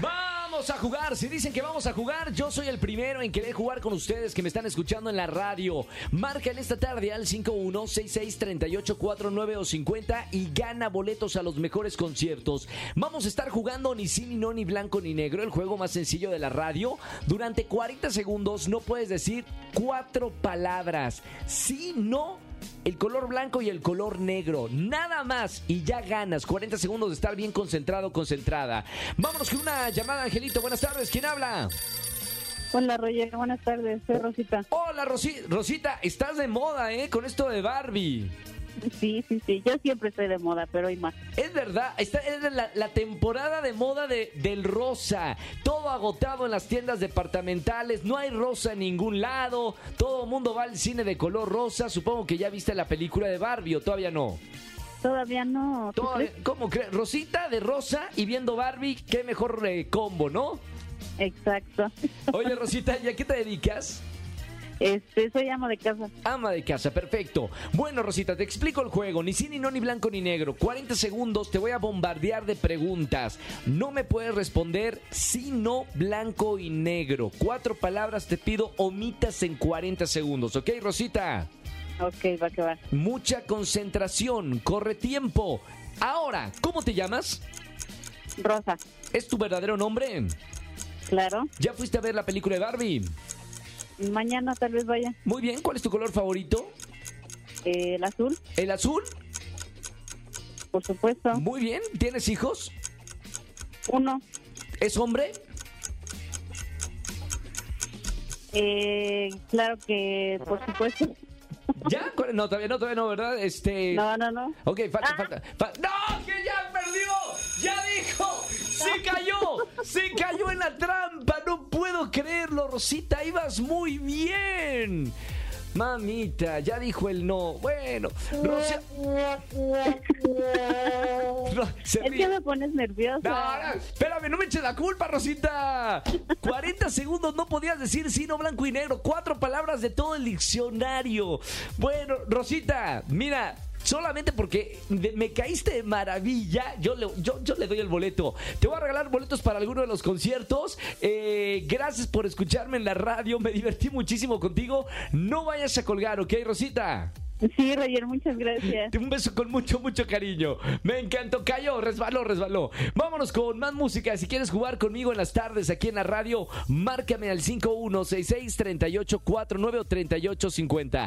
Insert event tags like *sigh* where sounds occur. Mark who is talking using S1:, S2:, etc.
S1: Vamos a jugar, si dicen que vamos a jugar, yo soy el primero en querer jugar con ustedes que me están escuchando en la radio. Márcale esta tarde al 51663849 o 50 y gana boletos a los mejores conciertos. Vamos a estar jugando ni sí, ni no, ni blanco, ni negro, el juego más sencillo de la radio. Durante 40 segundos no puedes decir cuatro palabras. Sí, no, el color blanco y el color negro. Nada más. Y ya ganas. 40 segundos de estar bien concentrado, concentrada. Vámonos con una llamada, Angelito. Buenas tardes. ¿Quién habla?
S2: Hola Roger, buenas tardes, soy Rosita.
S1: Hola, Rosi- Rosita. Estás de moda, ¿eh? Con esto de Barbie.
S2: Sí, sí, sí, yo siempre estoy de moda, pero hoy más.
S1: Es verdad, esta es la, la temporada de moda de, del rosa. Todo agotado en las tiendas departamentales, no hay rosa en ningún lado. Todo el mundo va al cine de color rosa. Supongo que ya viste la película de Barbie o todavía no.
S2: Todavía no. ¿tú
S1: Todavía-
S2: crees?
S1: ¿Cómo crees? Rosita de Rosa y viendo Barbie, qué mejor eh, combo, ¿no?
S2: Exacto. *laughs*
S1: Oye, Rosita, ¿y a qué te dedicas?
S2: Este, soy ama de casa.
S1: Ama de casa, perfecto. Bueno, Rosita, te explico el juego. Ni sí, ni no, ni blanco, ni negro. 40 segundos, te voy a bombardear de preguntas. No me puedes responder sí, no, blanco y negro. Cuatro palabras te pido, omitas en 40 segundos, ¿ok, Rosita?
S2: Ok, va que va.
S1: Mucha concentración, corre tiempo. Ahora, ¿cómo te llamas?
S2: Rosa,
S1: ¿Es tu verdadero nombre?
S2: claro.
S1: ¿Ya fuiste a ver la película de Barbie?
S2: Mañana tal vez vaya.
S1: Muy bien, ¿cuál es tu color favorito?
S2: Eh, el azul,
S1: ¿El azul?
S2: por supuesto.
S1: Muy bien, ¿tienes hijos?
S2: Uno,
S1: ¿Es hombre?
S2: eh, claro que por supuesto.
S1: ¿Ya? ¿Cuál- No, todavía no, todavía no, ¿verdad? Este...
S2: No, no, no.
S1: Ok, falta,
S2: Ah.
S1: falta, fa- ¡No! ¡Que ya perdió! ¡Ya dijo! ¡Se
S2: Ah.
S1: cayó! ¡Se cayó en la trampa! ¡No puedo creerlo, Rosita! ¡Ibas muy bien! Mamita, ya dijo el no.
S2: *laughs*
S1: Bueno, Rosa... Ro- se
S2: Es
S1: ríe.
S2: que me pones nerviosa.
S1: No, no, espérame, no me eches la culpa, Rosita. 40 segundos no podías decir sino blanco y negro. Cuatro palabras de todo el diccionario. Bueno, Rosita, mira. Solamente porque de- me caíste de maravilla, yo le, yo, yo le doy el boleto. Te voy a regalar boletos para alguno de los conciertos. Eh, gracias por escucharme en la radio, me divertí muchísimo contigo. No vayas a colgar, ¿ok, Rosita?
S2: Sí, Roger, muchas gracias.
S1: Te- Un beso con mucho, mucho cariño. Me encantó. Cayó, resbaló, resbaló. Vámonos con más música. Si quieres jugar conmigo en las tardes aquí en la radio, márcame al 5166-3849 o 3850.